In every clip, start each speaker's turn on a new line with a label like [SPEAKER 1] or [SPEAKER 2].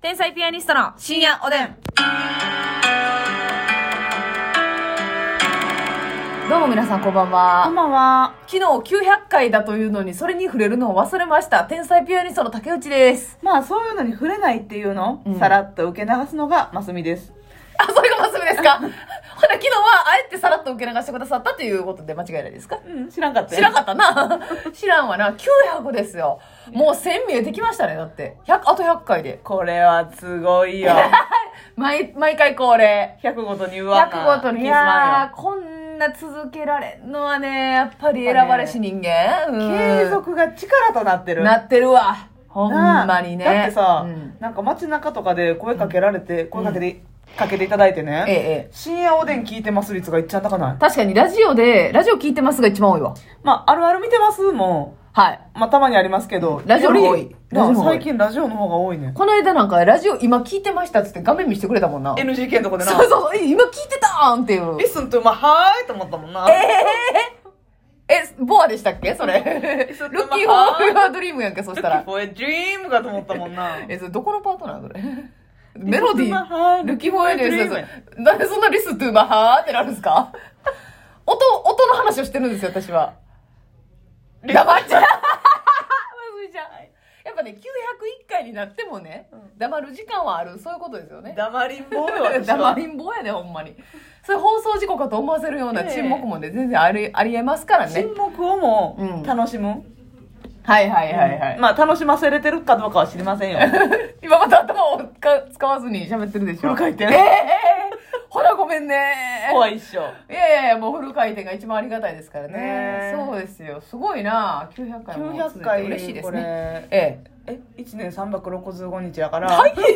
[SPEAKER 1] 天才ピアニストの深夜おでん。どうも皆さんこんばん
[SPEAKER 2] こん
[SPEAKER 1] は。
[SPEAKER 2] ばんは。
[SPEAKER 1] 昨日900回だというのに、それに触れるのを忘れました。天才ピアニストの竹内です。
[SPEAKER 2] まあそういうのに触れないっていうのを、
[SPEAKER 1] うん
[SPEAKER 2] さらっと受け流すのがマスミです。
[SPEAKER 1] あ、それがまっすぐですかほな、昨日はあえてさらっと受け流してくださったということで間違いないですか
[SPEAKER 2] うん、知らんかった
[SPEAKER 1] 知らんかったな。知らんわな。900ですよ。もう1000見えてきましたね、だって。100、あと100回で。
[SPEAKER 2] これはすごい よ。
[SPEAKER 1] 毎、毎回恒例。
[SPEAKER 2] 100ごとに上
[SPEAKER 1] 100ごとに。
[SPEAKER 2] キ
[SPEAKER 1] い
[SPEAKER 2] スマン
[SPEAKER 1] やー、こんな続けられんのはね、やっぱり選ばれし人間。うん
[SPEAKER 2] よ継続が力となってる。
[SPEAKER 1] なってるわ。ほん
[SPEAKER 2] なあ
[SPEAKER 1] まにね。
[SPEAKER 2] だってさ、
[SPEAKER 1] うん
[SPEAKER 2] なんか街中とかで声かけられて、声かけて、かけていただいてね、
[SPEAKER 1] ええ、ええ。
[SPEAKER 2] 深夜おでん聞いてます率がいっちゃ高ない。
[SPEAKER 1] 確かにラジオで、ラジオ聞いてますが一番多いわ。
[SPEAKER 2] まあ、あるある見てますも
[SPEAKER 1] はい。
[SPEAKER 2] ん。まあ、たまにありますけど。
[SPEAKER 1] ラジオの方が多い
[SPEAKER 2] より
[SPEAKER 1] ラジオの方が多い
[SPEAKER 2] 最近ラジオの方が多いね。
[SPEAKER 1] この間なんか、ラジオ今聞いてましたっつって画面見せてくれたもんな。
[SPEAKER 2] NGK のとこでな。
[SPEAKER 1] そうそうそう、え今聞いてたーんっていう
[SPEAKER 2] リ。スンと、まあ、はーいと思ったもんな。
[SPEAKER 1] え、ボアでしたっ けそれ。ルッキーフォーフォアドリームやんけ、そ したら。
[SPEAKER 2] これ、ドリームかと思ったもんな。
[SPEAKER 1] え、それどこのパートなんそれ。 メロディ
[SPEAKER 2] は
[SPEAKER 1] ー。
[SPEAKER 2] い
[SPEAKER 1] ルッキーフォーエデ
[SPEAKER 2] ルッ
[SPEAKER 1] ィ
[SPEAKER 2] キーフォーエ
[SPEAKER 1] ーなんでそんなリストゥーマハーってなるんですか 音、音の話をしてるんですよ、私は。
[SPEAKER 2] リ
[SPEAKER 1] 黙っちゃう。 まずいじゃん。やっぱね、901回になってもね、黙る時間はある。そういうことですよね。
[SPEAKER 2] 黙りんぼうよ、私は
[SPEAKER 1] 黙りん坊やで、ほんまに。それ放送事故かと思わせるような
[SPEAKER 2] ええ
[SPEAKER 1] 沈黙もね、全然あり、ありえますからね
[SPEAKER 2] 沈。黙をも
[SPEAKER 1] うん、
[SPEAKER 2] 楽しむ。
[SPEAKER 1] はいはいはいはい。
[SPEAKER 2] まあ、楽しませれてるかどうかは知りま せんよ。
[SPEAKER 1] 今また頭をか使わずに喋ってるでしょ。
[SPEAKER 2] フル回転
[SPEAKER 1] ええほらごめんね。
[SPEAKER 2] 怖
[SPEAKER 1] い。
[SPEAKER 2] いっしょ。
[SPEAKER 1] いやいやいや、もうフル回転が一番ありがたいですからね。
[SPEAKER 2] ねえ
[SPEAKER 1] そうですよ。すごいな900回も続いて
[SPEAKER 2] 900回、
[SPEAKER 1] 嬉しいです
[SPEAKER 2] こ
[SPEAKER 1] ね。
[SPEAKER 2] れ、
[SPEAKER 1] え え。
[SPEAKER 2] え、1年365日やから、
[SPEAKER 1] はい東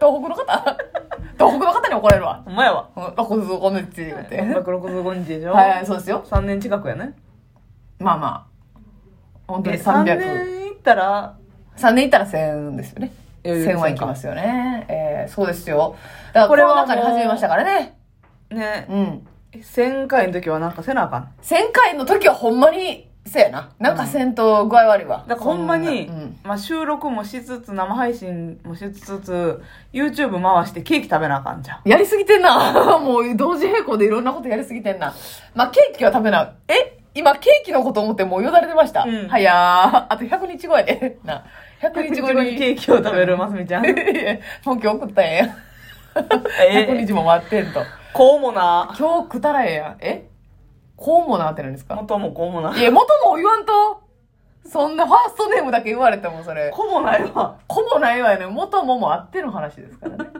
[SPEAKER 1] 北の方 東北の方に怒られるわ。
[SPEAKER 2] ほんまやわ。
[SPEAKER 1] うんあ、こずこねって言うて。は
[SPEAKER 2] 365日でしょ
[SPEAKER 1] いはい、そうですよ。
[SPEAKER 2] 3年近くやね。
[SPEAKER 1] まあまあ。本当
[SPEAKER 2] え
[SPEAKER 1] に
[SPEAKER 2] 3
[SPEAKER 1] 300。
[SPEAKER 2] 年いったら、
[SPEAKER 1] 3年いったら1000ですよね。
[SPEAKER 2] 余裕で
[SPEAKER 1] 1000は行きますよね。ええ、そうですよ。だからコ
[SPEAKER 2] これは
[SPEAKER 1] ロ
[SPEAKER 2] もう
[SPEAKER 1] ナ禍に始めましたからね。
[SPEAKER 2] ね、
[SPEAKER 1] うん。
[SPEAKER 2] 1000回の時はなんかせなあかん。
[SPEAKER 1] 1000回の時はほんまにせやななんかせんと具合悪いわ、
[SPEAKER 2] だからほんまに、
[SPEAKER 1] そなうん
[SPEAKER 2] まあ、収録もしつつ、生配信もしつつ、YouTube 回してケーキ食べなあかんじゃん。
[SPEAKER 1] やりすぎてんな もう同時並行でいろんなことやりすぎてんなまあケーキは食べなえ今ケーキのこと思ってもうよだれてました、
[SPEAKER 2] うん
[SPEAKER 1] はやーあと100日後やで な100日後に
[SPEAKER 2] ケーキを食べるますみち ゃん。
[SPEAKER 1] もう今日食ったらええやん100日も待ってんと
[SPEAKER 2] こうもな。
[SPEAKER 1] 今日食ったらええやんえこうもなってなんです か。
[SPEAKER 2] 元もこうもない
[SPEAKER 1] や元も言わんとそんなファーストネームだけ言われてもそれ
[SPEAKER 2] こもないわ。
[SPEAKER 1] ほぼないわよね。元ももあっての話ですからね。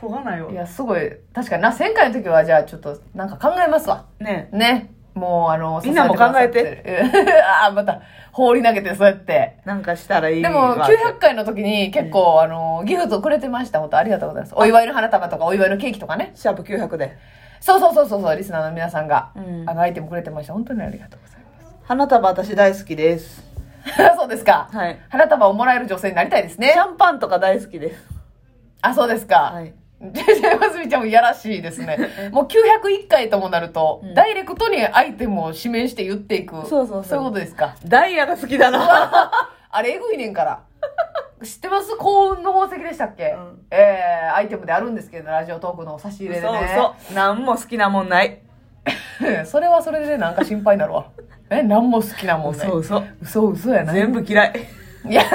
[SPEAKER 2] こがないわ
[SPEAKER 1] い。や、すごい。確かにな、1000回の時は、じゃあちょっと、なんか考えますわ。
[SPEAKER 2] ね
[SPEAKER 1] ね。もう、あの、
[SPEAKER 2] みんなも考えて
[SPEAKER 1] 支えくださってる。 ああ、また、放り投げて、そうやって。
[SPEAKER 2] なんかしたらいい
[SPEAKER 1] でも、
[SPEAKER 2] わ
[SPEAKER 1] 900回の時に結構、あの、ギフトくれてました。本当ありがとうございます。お祝いの花束とか、お祝いのケーキとかね。
[SPEAKER 2] シャープ900で。
[SPEAKER 1] そうそうそうそうそう、リスナーの皆さんが、
[SPEAKER 2] うん
[SPEAKER 1] あの、アイテムくれてました。本当にありがとうござい
[SPEAKER 2] 花束私大好きです。
[SPEAKER 1] ます。 そうですか。
[SPEAKER 2] はい
[SPEAKER 1] 花束をもらえる女性になりたいです
[SPEAKER 2] シ
[SPEAKER 1] ね。
[SPEAKER 2] ャンパンとか大好きです。
[SPEAKER 1] あ、そうですか。
[SPEAKER 2] はい。
[SPEAKER 1] ジェジェマスミちゃんもいやらしいです ね。もう901回ともなると、
[SPEAKER 2] ん
[SPEAKER 1] ダイレクトにアイテムを指名して言っていく。
[SPEAKER 2] そうそうそう
[SPEAKER 1] そういうことですか。
[SPEAKER 2] ダイヤが好きだな。
[SPEAKER 1] あれ、えぐいねんから。知ってます幸運の宝石でしたっけ、
[SPEAKER 2] ん
[SPEAKER 1] えー、アイテムであるんですけど、ラジオトークの差し入
[SPEAKER 2] そう
[SPEAKER 1] れでね。
[SPEAKER 2] そう。なんも好きなもんない。
[SPEAKER 1] それはそれでなんか心配になる わ。え、なんも好きなもんね。
[SPEAKER 2] そうそう。
[SPEAKER 1] 嘘嘘やな。い
[SPEAKER 2] 全部嫌い。
[SPEAKER 1] やいやいや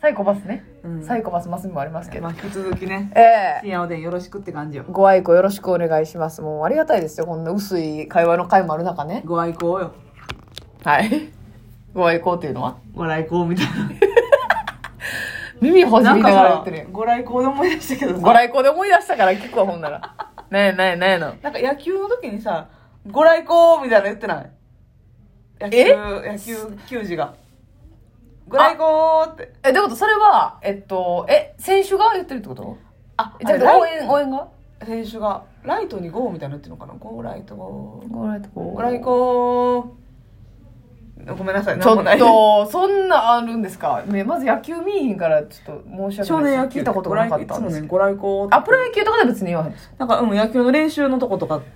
[SPEAKER 1] サイコパスね。
[SPEAKER 2] うん
[SPEAKER 1] サイコパスマスミもありますけど。
[SPEAKER 2] まあ、引き続きね。
[SPEAKER 1] えー
[SPEAKER 2] 深夜おでんよろしくって感じよ。
[SPEAKER 1] ご愛顧よろしくお願いします。もうありがたいですよ。こんな薄い会話の回もある中ね。
[SPEAKER 2] ご愛好よ。
[SPEAKER 1] はい。ご愛好っていうのは
[SPEAKER 2] ご来光みたいな。
[SPEAKER 1] 耳ほじ
[SPEAKER 2] なん
[SPEAKER 1] り
[SPEAKER 2] か
[SPEAKER 1] ながら言
[SPEAKER 2] さ
[SPEAKER 1] ってるやん。
[SPEAKER 2] ご来光で思い出したけどさ
[SPEAKER 1] ご来光で思い出したから聞くわ、ほんな ら。ねえねえねえの。
[SPEAKER 2] なんか野球の時にさ、ご来光みたいなの言ってない野
[SPEAKER 1] え
[SPEAKER 2] 球、野球球児が。ご来光って。
[SPEAKER 1] え、どういうことそれは、えっと、え、選手が言ってるってこと
[SPEAKER 2] あ
[SPEAKER 1] えじゃあ応援、応援が
[SPEAKER 2] 選手が、ライトにゴーみたいなの言ってるのかなゴーライトゴー。
[SPEAKER 1] ご来光。
[SPEAKER 2] ご来光。ごめんなさい、
[SPEAKER 1] ち
[SPEAKER 2] なんも
[SPEAKER 1] ょ
[SPEAKER 2] ない
[SPEAKER 1] っと、そんなあるんですかねまず野球見えへんから、ちょっと申し訳
[SPEAKER 2] 少
[SPEAKER 1] ないで
[SPEAKER 2] 年
[SPEAKER 1] す。
[SPEAKER 2] 野球
[SPEAKER 1] 聞いたことがなかったんですけど。
[SPEAKER 2] ご来光って。
[SPEAKER 1] あ、プロ野球とかで別に言わへんです。
[SPEAKER 2] なんか、うん、野球の練習のとことかを通っ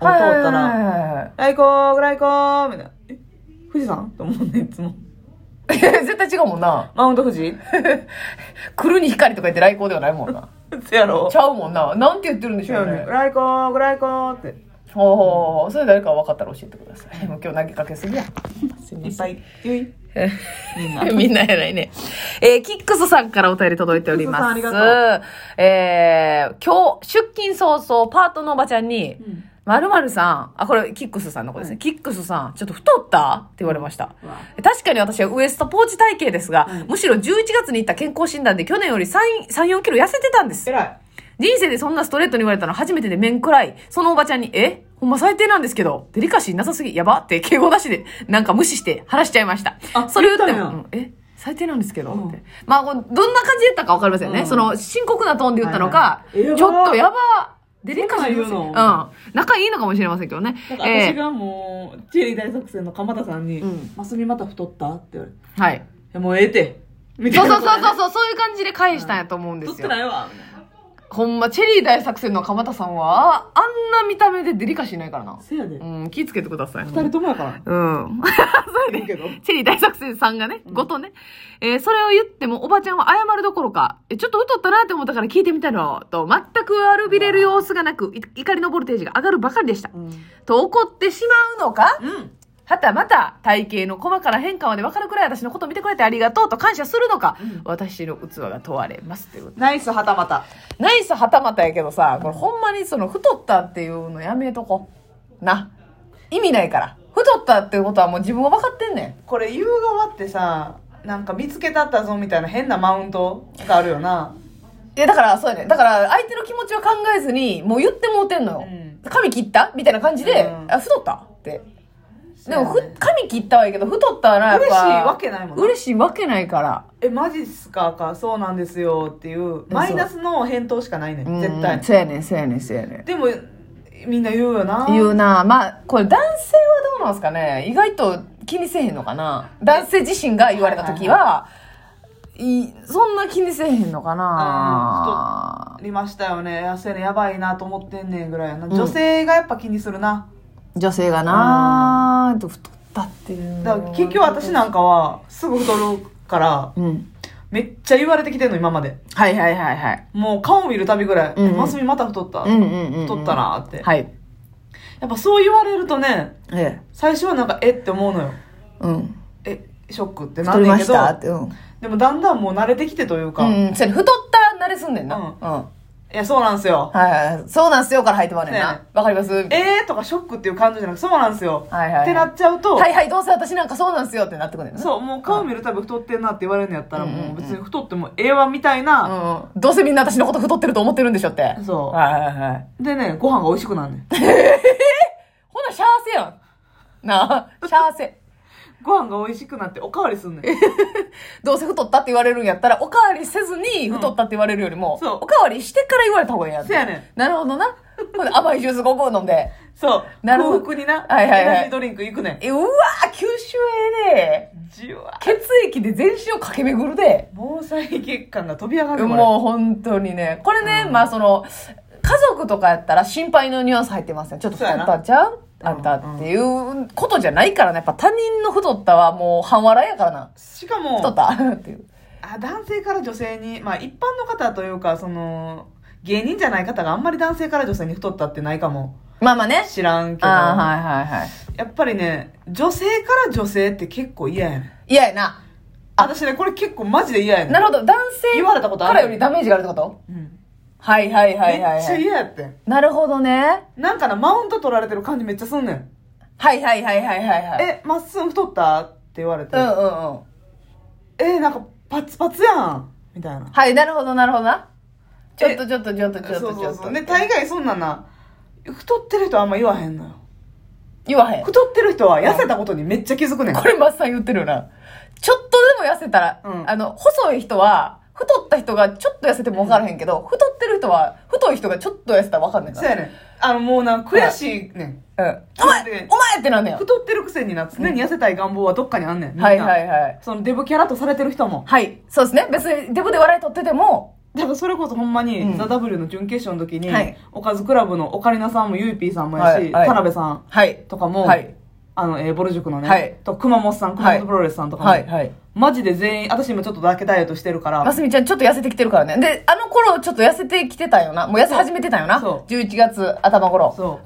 [SPEAKER 2] た
[SPEAKER 1] はいはいはい
[SPEAKER 2] ら、
[SPEAKER 1] はいはい
[SPEAKER 2] ご来光、ご来光みたいな。え、富士山と思うね、いつも。
[SPEAKER 1] 絶対違うもんな。
[SPEAKER 2] マウント富士
[SPEAKER 1] 来るに光とか言って来航ではないもんな。
[SPEAKER 2] せやろ
[SPEAKER 1] ちゃうもんな。なんて言ってるんでし
[SPEAKER 2] せ
[SPEAKER 1] ょ
[SPEAKER 2] や
[SPEAKER 1] う
[SPEAKER 2] ね
[SPEAKER 1] ね
[SPEAKER 2] グ。ライコーグライコーって
[SPEAKER 1] おー、それ誰か分かったら教えてください。もう今日投げかけすぎや。 すい
[SPEAKER 2] い
[SPEAKER 1] ませ
[SPEAKER 2] っ
[SPEAKER 1] ん
[SPEAKER 2] ぱいゆいみんな
[SPEAKER 1] みんなやないね。えーキックスさんからお便り届いております。
[SPEAKER 2] キックスさんあ
[SPEAKER 1] えー今日、出勤早々、パートのおばちゃんに、まるまるさん、あ、これ、キックスさんの子ですね。
[SPEAKER 2] うん
[SPEAKER 1] キックスさん、ちょっと太ったって言われました。
[SPEAKER 2] うわ
[SPEAKER 1] 確かに私はウエストポーチ体型ですが、
[SPEAKER 2] うん
[SPEAKER 1] むしろ11月に行った健康診断で去年より3、3 4キロ痩せてたんです
[SPEAKER 2] え。らい
[SPEAKER 1] 人生でそんなストレートに言われたの初めてで面くらい。そのおばちゃんに、えほんま最低なんですけど、デリカシーなさすぎ、やばって敬語出しで、なんか無視して話しちゃいました。
[SPEAKER 2] あ
[SPEAKER 1] それ言って
[SPEAKER 2] 言
[SPEAKER 1] も、
[SPEAKER 2] ったんや
[SPEAKER 1] うんえ最低なんですけど、
[SPEAKER 2] うん
[SPEAKER 1] って。まあ、こうどんな感じで言ったかわかりませんね。
[SPEAKER 2] うん
[SPEAKER 1] その、深刻なトーンで言ったのか、
[SPEAKER 2] はいはいえやば
[SPEAKER 1] ちょっとやばデリカシーなさすぎ
[SPEAKER 2] そ
[SPEAKER 1] うん。
[SPEAKER 2] なん言うん
[SPEAKER 1] 仲いいのかもしれませんけどね。
[SPEAKER 2] なんか私がもう、チェリー大作戦の鎌田さんに
[SPEAKER 1] うん
[SPEAKER 2] 「マスミまた太った?」って言われてい
[SPEAKER 1] えー はい。
[SPEAKER 2] や「もうええて」み
[SPEAKER 1] そ
[SPEAKER 2] た
[SPEAKER 1] うそ
[SPEAKER 2] いな
[SPEAKER 1] うそうそうそう、そういう感じで返したんやと思うんで
[SPEAKER 2] 太っ
[SPEAKER 1] す
[SPEAKER 2] て
[SPEAKER 1] よ。
[SPEAKER 2] ないわみたい
[SPEAKER 1] ほんま、チェリー大作戦の鎌田さんは、あんな見た目でデリカシーないからな
[SPEAKER 2] な。せやで
[SPEAKER 1] うん、気ぃつけてください。
[SPEAKER 2] 二人ともやから
[SPEAKER 1] うん。
[SPEAKER 2] いいけど
[SPEAKER 1] チェリー大作戦さんがね、ごとね。えーそれを言ってもおばちゃんは謝るどころか、え、ちょっと太ったなって思ったから聞いてみたの、と、全く悪びれる様子がなく、い怒りのボルテージが上がるばかりでした。
[SPEAKER 2] うん
[SPEAKER 1] と怒ってしまうのか
[SPEAKER 2] うん
[SPEAKER 1] はたまた体型の細かな変化まで分かるくらい私のこと見てくれてありがとうと感謝するのか、
[SPEAKER 2] うん
[SPEAKER 1] 私の器が問われますということ
[SPEAKER 2] ナイスはたまた
[SPEAKER 1] ナイスはたまたやけどさ、これほんまにその太ったっていうのやめとこ。な。意味ないから。太ったっていうことはもう自分が分かってんねん。
[SPEAKER 2] これ言う側ってさなんか見つけたったぞみたいな変なマウントがあるよない
[SPEAKER 1] や、だから、そうやね。だから、相手の気持ちを考えずに、もう言ってもうてんのよ。
[SPEAKER 2] うん
[SPEAKER 1] 髪切ったみたいな感じで、
[SPEAKER 2] うん
[SPEAKER 1] あ、太ったって。でも、
[SPEAKER 2] そう
[SPEAKER 1] ふ
[SPEAKER 2] やね
[SPEAKER 1] 髪切ったはいいけど、太ったはな、やっぱ。
[SPEAKER 2] 嬉しいわけないもんな
[SPEAKER 1] 嬉しいわけないから。
[SPEAKER 2] えマジっすかかそうなんですよっていうマイナスの返答しかないね
[SPEAKER 1] うん
[SPEAKER 2] ん絶対
[SPEAKER 1] そうやねん、そうやねん、そうやねん。
[SPEAKER 2] でもみんな言うよな
[SPEAKER 1] 言うなまあ、これ男性はどうなんすかね意外と気にせえへんのかな男性自身が言われた時は、いそんな気にせえへんのかな
[SPEAKER 2] ありましたよね痩せるやばいなと思ってんねんぐらいやな、
[SPEAKER 1] ん
[SPEAKER 2] 女性がやっぱ気にするな
[SPEAKER 1] 女性がなあと太ったっていう
[SPEAKER 2] だから結局私なんかはすぐ太るから
[SPEAKER 1] うん
[SPEAKER 2] めっちゃ言われてきてんの今まで
[SPEAKER 1] はいはいはいはい
[SPEAKER 2] もう顔見るたびぐらい「
[SPEAKER 1] うんうん
[SPEAKER 2] えますみまた太った、
[SPEAKER 1] うんうんうんうん
[SPEAKER 2] 太ったな」って、
[SPEAKER 1] はい
[SPEAKER 2] やっぱそう言われるとね
[SPEAKER 1] ええ
[SPEAKER 2] 最初はなんか「えっ?」て思うのよ
[SPEAKER 1] うん
[SPEAKER 2] 「えショック」ってな
[SPEAKER 1] 太
[SPEAKER 2] ん
[SPEAKER 1] り
[SPEAKER 2] ねん
[SPEAKER 1] ま
[SPEAKER 2] け
[SPEAKER 1] し
[SPEAKER 2] ど
[SPEAKER 1] たってうん
[SPEAKER 2] でもだんだんもう慣れてきてというか「い
[SPEAKER 1] うんそうやね太った慣れすんねんな
[SPEAKER 2] うん
[SPEAKER 1] うん
[SPEAKER 2] やそうなんすよ」
[SPEAKER 1] はいはいそうなんすよから入ってまうねん
[SPEAKER 2] そうや
[SPEAKER 1] な
[SPEAKER 2] ね
[SPEAKER 1] わかりますは
[SPEAKER 2] 「えー?」とか「ショック」っていう感じじゃなくそうなんすよ」
[SPEAKER 1] はいはいはい
[SPEAKER 2] ってなっちゃうと、
[SPEAKER 1] いはいどうせ私なんかそうなんすよってなってくんねんな
[SPEAKER 2] そうもう顔見るたび太ってんなって言われるんやったら
[SPEAKER 1] うんうんうん
[SPEAKER 2] もう別に太ってもええわみたいな、
[SPEAKER 1] うんうんどうせみんな私のこと太ってると思ってるんでしょって
[SPEAKER 2] そう
[SPEAKER 1] はいはいはい
[SPEAKER 2] でねご飯が美味しくなんねん
[SPEAKER 1] ほなシャーせやんなあシャーせ
[SPEAKER 2] ご飯が美味しくなっておかわりすんねん
[SPEAKER 1] どうせ太ったって言われるんやったらおかわりせずに太ったって言われるよりも、
[SPEAKER 2] うんそう
[SPEAKER 1] おかわりしてから言われた方がいいやん
[SPEAKER 2] せやねん
[SPEAKER 1] なるほどなほんで甘いジュース5個飲んで
[SPEAKER 2] そう
[SPEAKER 1] なるほど
[SPEAKER 2] 幸福にな、
[SPEAKER 1] はいはいはい
[SPEAKER 2] エナジードリンク行くねん
[SPEAKER 1] えうわー吸収ええね
[SPEAKER 2] じわ
[SPEAKER 1] 血液で全身を駆け巡るで
[SPEAKER 2] 毛細血管が飛び上がるこれ
[SPEAKER 1] もう本当にねこれね、まあその家族とかやったら心配のニュアンス入ってますねちょっと太ったんちゃうあんたっていうことじゃないからねやっぱ他人の太ったはもう半笑いやからな
[SPEAKER 2] しか
[SPEAKER 1] 太っ
[SPEAKER 2] も
[SPEAKER 1] たっていう
[SPEAKER 2] あ男性から女性にまあ一般の方というかその芸人じゃない方があんまり男性から女性に太ったってないかも
[SPEAKER 1] まあまあね
[SPEAKER 2] 知らんけど、
[SPEAKER 1] ああはいはいはい
[SPEAKER 2] やっぱりね女性から女性って結構嫌やねん
[SPEAKER 1] 嫌やな
[SPEAKER 2] 私ねこれ結構マジで嫌やねん
[SPEAKER 1] なるほど男性
[SPEAKER 2] 言われたことあ
[SPEAKER 1] か
[SPEAKER 2] る
[SPEAKER 1] らよりダメージがあるってこと
[SPEAKER 2] うん
[SPEAKER 1] はいはいはいは
[SPEAKER 2] め
[SPEAKER 1] い、
[SPEAKER 2] っちゃ
[SPEAKER 1] はい、
[SPEAKER 2] 嫌やってん
[SPEAKER 1] なるほどね
[SPEAKER 2] なんかなマウント取られてる感じめっちゃすんねん
[SPEAKER 1] はいはいはいはいはいはい
[SPEAKER 2] えまっすん太ったって言われて
[SPEAKER 1] うんうんうん
[SPEAKER 2] えなんかパツパツやんみたいな
[SPEAKER 1] はいなるほどなるほどなちょっとちょっとちょっとちょっ
[SPEAKER 2] そ
[SPEAKER 1] と
[SPEAKER 2] う
[SPEAKER 1] ち
[SPEAKER 2] そ
[SPEAKER 1] ょ
[SPEAKER 2] う
[SPEAKER 1] っ
[SPEAKER 2] そ
[SPEAKER 1] と
[SPEAKER 2] うで大概そんなんな太ってる人はあんま言わへんのよ
[SPEAKER 1] 言わへんこ
[SPEAKER 2] 太ってる人は痩せたことにめっちゃ気づくねん
[SPEAKER 1] れマッサン言ってるよなちょっとでも痩せたら、
[SPEAKER 2] うん
[SPEAKER 1] あの細い人は太った人がちょっと痩せても分からへんけど、太ってる人は太い人がちょっと痩せたら分かんないか
[SPEAKER 2] そう
[SPEAKER 1] ら
[SPEAKER 2] やねんあのもうな悔しいねん
[SPEAKER 1] うん、お前お前
[SPEAKER 2] で
[SPEAKER 1] ってなんねん
[SPEAKER 2] 太ってるくせにな常に痩せたい願望はどっかにあんねんみんな
[SPEAKER 1] はいはいはい
[SPEAKER 2] そのデブキャラとされてる人も
[SPEAKER 1] はいそうですね別にデブで笑い取ってても
[SPEAKER 2] だからそれこそほんまに、
[SPEAKER 1] うん
[SPEAKER 2] ザ・ W の準決勝の時に、
[SPEAKER 1] はい
[SPEAKER 2] おかずクラブのオカリナさんもゆいぴーさんもやし、
[SPEAKER 1] はいはい
[SPEAKER 2] 田辺さん
[SPEAKER 1] はい
[SPEAKER 2] とかも、
[SPEAKER 1] はい
[SPEAKER 2] あの、えーボル塾のね、
[SPEAKER 1] はい
[SPEAKER 2] と熊本さん、熊
[SPEAKER 1] はい
[SPEAKER 2] 本プロレスさんとかも、
[SPEAKER 1] はいはい
[SPEAKER 2] マジで全員、私今ちょっとだけダイエットしてるから、
[SPEAKER 1] ますみちゃんちょっと痩せてきてるからね。で、あの頃ちょっと痩せてきてたよな。もう痩せ始めてたよな。
[SPEAKER 2] そう
[SPEAKER 1] 11月頭頃。。
[SPEAKER 2] そ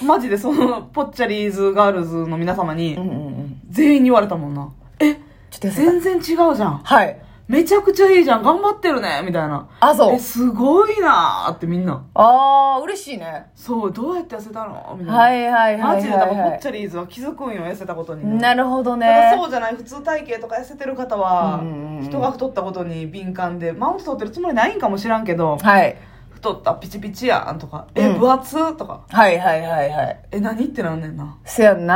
[SPEAKER 2] うマジでその、ぽっちゃりーずガールズの皆様に
[SPEAKER 1] うん。う、んうんうん。
[SPEAKER 2] 全員に言われたもんな。え、
[SPEAKER 1] ちょっと痩せ
[SPEAKER 2] 全然違うじゃん。
[SPEAKER 1] た。はい。
[SPEAKER 2] めちゃくちゃいいじゃん。頑張ってるね。みたいな。
[SPEAKER 1] あ、そう
[SPEAKER 2] え、。すごいなーってみんな。
[SPEAKER 1] あー、嬉しいね。
[SPEAKER 2] そう、どうやって痩せたのみたいな。
[SPEAKER 1] はいはいはいはい、はい。
[SPEAKER 2] マジで多分、ぽっちゃりーずは気づくんよ、痩せたことに。
[SPEAKER 1] なるほど
[SPEAKER 2] ただ
[SPEAKER 1] ね。
[SPEAKER 2] そうじゃない普通体型とか痩せてる方は
[SPEAKER 1] うんうんうん
[SPEAKER 2] 人が太ったことに敏感でマウント取ってるつもりないんかもしらんけど
[SPEAKER 1] はい。
[SPEAKER 2] 太ったピチピチやんとかえ
[SPEAKER 1] うん
[SPEAKER 2] 分厚とか
[SPEAKER 1] はいはいはいはい。
[SPEAKER 2] え何ってなんねんな
[SPEAKER 1] せやんな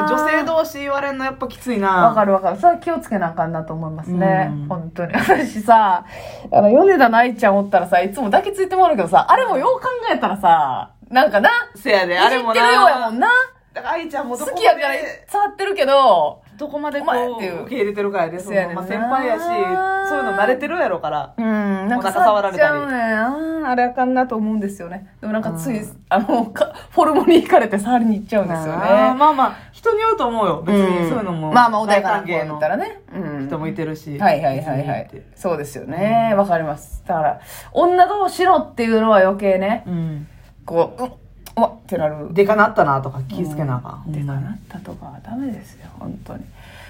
[SPEAKER 2] やっぱ女性同士言われんのやっぱきついな
[SPEAKER 1] わかるわかる。それは気をつけなあかんなと思いますね
[SPEAKER 2] うん。
[SPEAKER 1] 本当に。私さ、あの、米田愛ちゃんおったらさ、いつも抱きついてもらうけどさ、あれもよう考えたらさ、なんかな、
[SPEAKER 2] せやで
[SPEAKER 1] い
[SPEAKER 2] あ
[SPEAKER 1] じ
[SPEAKER 2] れ
[SPEAKER 1] っ
[SPEAKER 2] も
[SPEAKER 1] て
[SPEAKER 2] な
[SPEAKER 1] るようやもんな。
[SPEAKER 2] だから愛ちゃんもどこ
[SPEAKER 1] 好
[SPEAKER 2] ま
[SPEAKER 1] き
[SPEAKER 2] で
[SPEAKER 1] やから触ってるけど、
[SPEAKER 2] どこまで
[SPEAKER 1] お
[SPEAKER 2] こ
[SPEAKER 1] 前っていう
[SPEAKER 2] う受け入れてるかやでそ
[SPEAKER 1] せやね
[SPEAKER 2] の、
[SPEAKER 1] んな
[SPEAKER 2] まあ、先輩やしそういうの慣れてるやろから
[SPEAKER 1] うん、なんか
[SPEAKER 2] お腹触られたり
[SPEAKER 1] 触っちゃうねんあーあれあかんなと思うんですよね。でもなんかつい、
[SPEAKER 2] う
[SPEAKER 1] あの、かフォルムに惹かれて触りに行っちゃうんですよ
[SPEAKER 2] あー
[SPEAKER 1] ね。
[SPEAKER 2] まあまあ人によると思うよ別にそういうのも、
[SPEAKER 1] まあまあ、穏やかな
[SPEAKER 2] 大
[SPEAKER 1] 子
[SPEAKER 2] 歓迎
[SPEAKER 1] だ
[SPEAKER 2] の
[SPEAKER 1] ったらね。うん
[SPEAKER 2] 人もいてるし
[SPEAKER 1] はいはいはいはい
[SPEAKER 2] 別にって。
[SPEAKER 1] そうですよね。わかります。だから、女同士のっていうのは余計ね、
[SPEAKER 2] うん
[SPEAKER 1] こう、うん、うわってなる。
[SPEAKER 2] でかなったなとか気ぃつけなあかんほんま
[SPEAKER 1] で
[SPEAKER 2] に
[SPEAKER 1] かなったとかはダメですよ、本当に。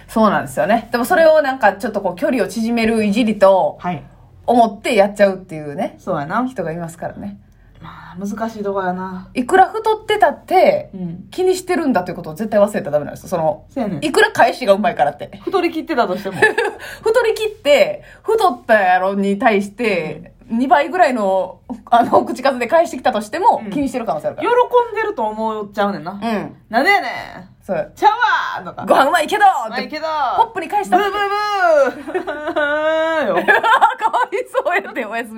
[SPEAKER 1] そうなんですよね。でもそれをなんかちょっとこう距離を縮めるいじりと
[SPEAKER 2] はい
[SPEAKER 1] 思ってやっちゃうっていうね、
[SPEAKER 2] そうやな
[SPEAKER 1] 人がいますからね。
[SPEAKER 2] まあ難しいとこやない
[SPEAKER 1] くら太ってたって
[SPEAKER 2] うん
[SPEAKER 1] 気にしてるんだということを絶対忘れたらダメなんですよ。その、
[SPEAKER 2] そうやねん
[SPEAKER 1] いくら返しがうまいからって。
[SPEAKER 2] 太り切ってたと しても
[SPEAKER 1] 太り切って、太ったやろに対して、2倍ぐらいの、あの、口数で返してきたとしても
[SPEAKER 2] うん、
[SPEAKER 1] 気にしてる可能性あるか
[SPEAKER 2] 喜
[SPEAKER 1] ら。
[SPEAKER 2] んでると思っちゃうねんな、
[SPEAKER 1] うん。
[SPEAKER 2] なんでやねん
[SPEAKER 1] そう。
[SPEAKER 2] ちゃうわーと
[SPEAKER 1] ご
[SPEAKER 2] か
[SPEAKER 1] 飯うまいけど
[SPEAKER 2] ま
[SPEAKER 1] っ
[SPEAKER 2] あいい
[SPEAKER 1] て、
[SPEAKER 2] けど
[SPEAKER 1] ポップに返し
[SPEAKER 2] ブ
[SPEAKER 1] た
[SPEAKER 2] ー
[SPEAKER 1] って。
[SPEAKER 2] ブーブ ーよ
[SPEAKER 1] かわいそうやって、おやすみ。